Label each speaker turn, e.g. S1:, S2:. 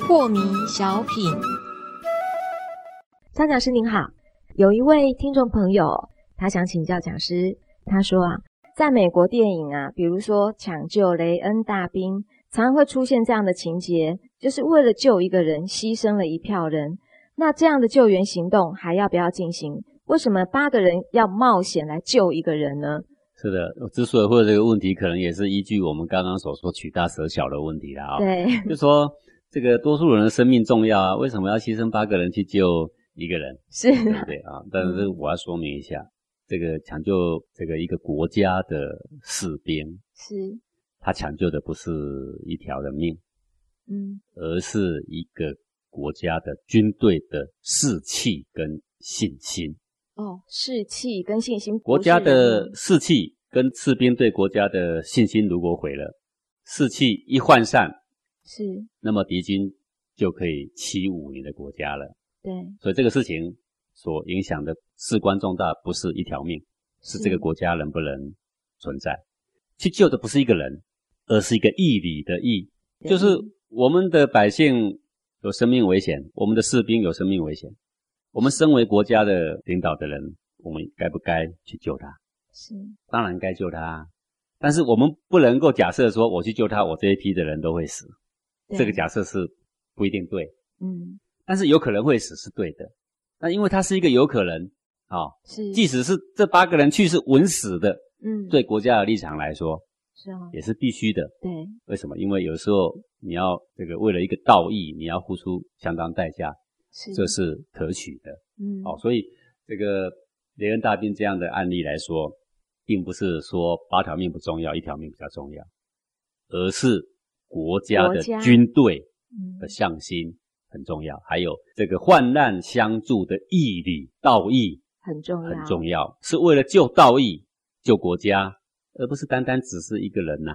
S1: 破迷小品，张讲师您好，有一位听众朋友，他想请教讲师，他说啊，在美国电影啊，比如说《抢救雷恩大兵》，常常会出现这样的情节，就是为了救一个人，牺牲了一票人。那这样的救援行动还要不要进行？为什么八个人要冒险来救一个人呢？
S2: 是的，之所以会有这个问题，可能也是依据我们刚刚所说取大舍小的问题啦、啊。
S1: 对，
S2: 就说这个多数人的生命重要啊，为什么要牺牲八个人去救一个人？
S1: 是
S2: 对不对啊？但是我要说明一下，这个抢救这个一个国家的士兵，
S1: 是，
S2: 他抢救的不是一条的命，
S1: 嗯，
S2: 而是一个国家的军队的士气跟信心。
S1: 哦，士气跟信心，
S2: 国家
S1: 不
S2: 的
S1: 是嗯
S2: 士气跟士兵对国家的信心如果毁了，士气一涣散，
S1: 是，
S2: 那么敌军就可以欺侮你的国家了。
S1: 对，
S2: 所以这个事情所影响的事关重大，不是一条命，是这个国家能不能存在。去救的不是一个人，而是一个义理的义，
S1: 对
S2: 就是我们的百姓有生命危险，我们的士兵有生命危险，我们身为国家的领导的人，我们该不该去救他？
S1: 是，
S2: 当然该救他啊，但是我们不能够假设说我去救他，我这一批的人都会死，
S1: 对
S2: 这个，假设是不一定对，
S1: 嗯，
S2: 但是有可能会死是对的。那因为它是一个有可能啊、哦
S1: 是，
S2: 即使是这八个人去是稳死的，
S1: 嗯，
S2: 对国家的立场来说
S1: 是啊，
S2: 也是必须的。
S1: 对，
S2: 为什么？因为有时候你要这个为了一个道义，你要付出相当代价，
S1: 是，
S2: 这是可取的。
S1: 嗯，
S2: 哦，所以这个雷恩大兵这样的案例来说，并不是说八条命不重要，一条命比较重要，而是国家
S1: 国
S2: 的
S1: 家
S2: 军队
S1: 嗯
S2: 的向心很重要，还有这个患难相助的义理、道义
S1: 很重要，
S2: 很重要，是为了救道义、救国家，而不是单单只是一个人呐、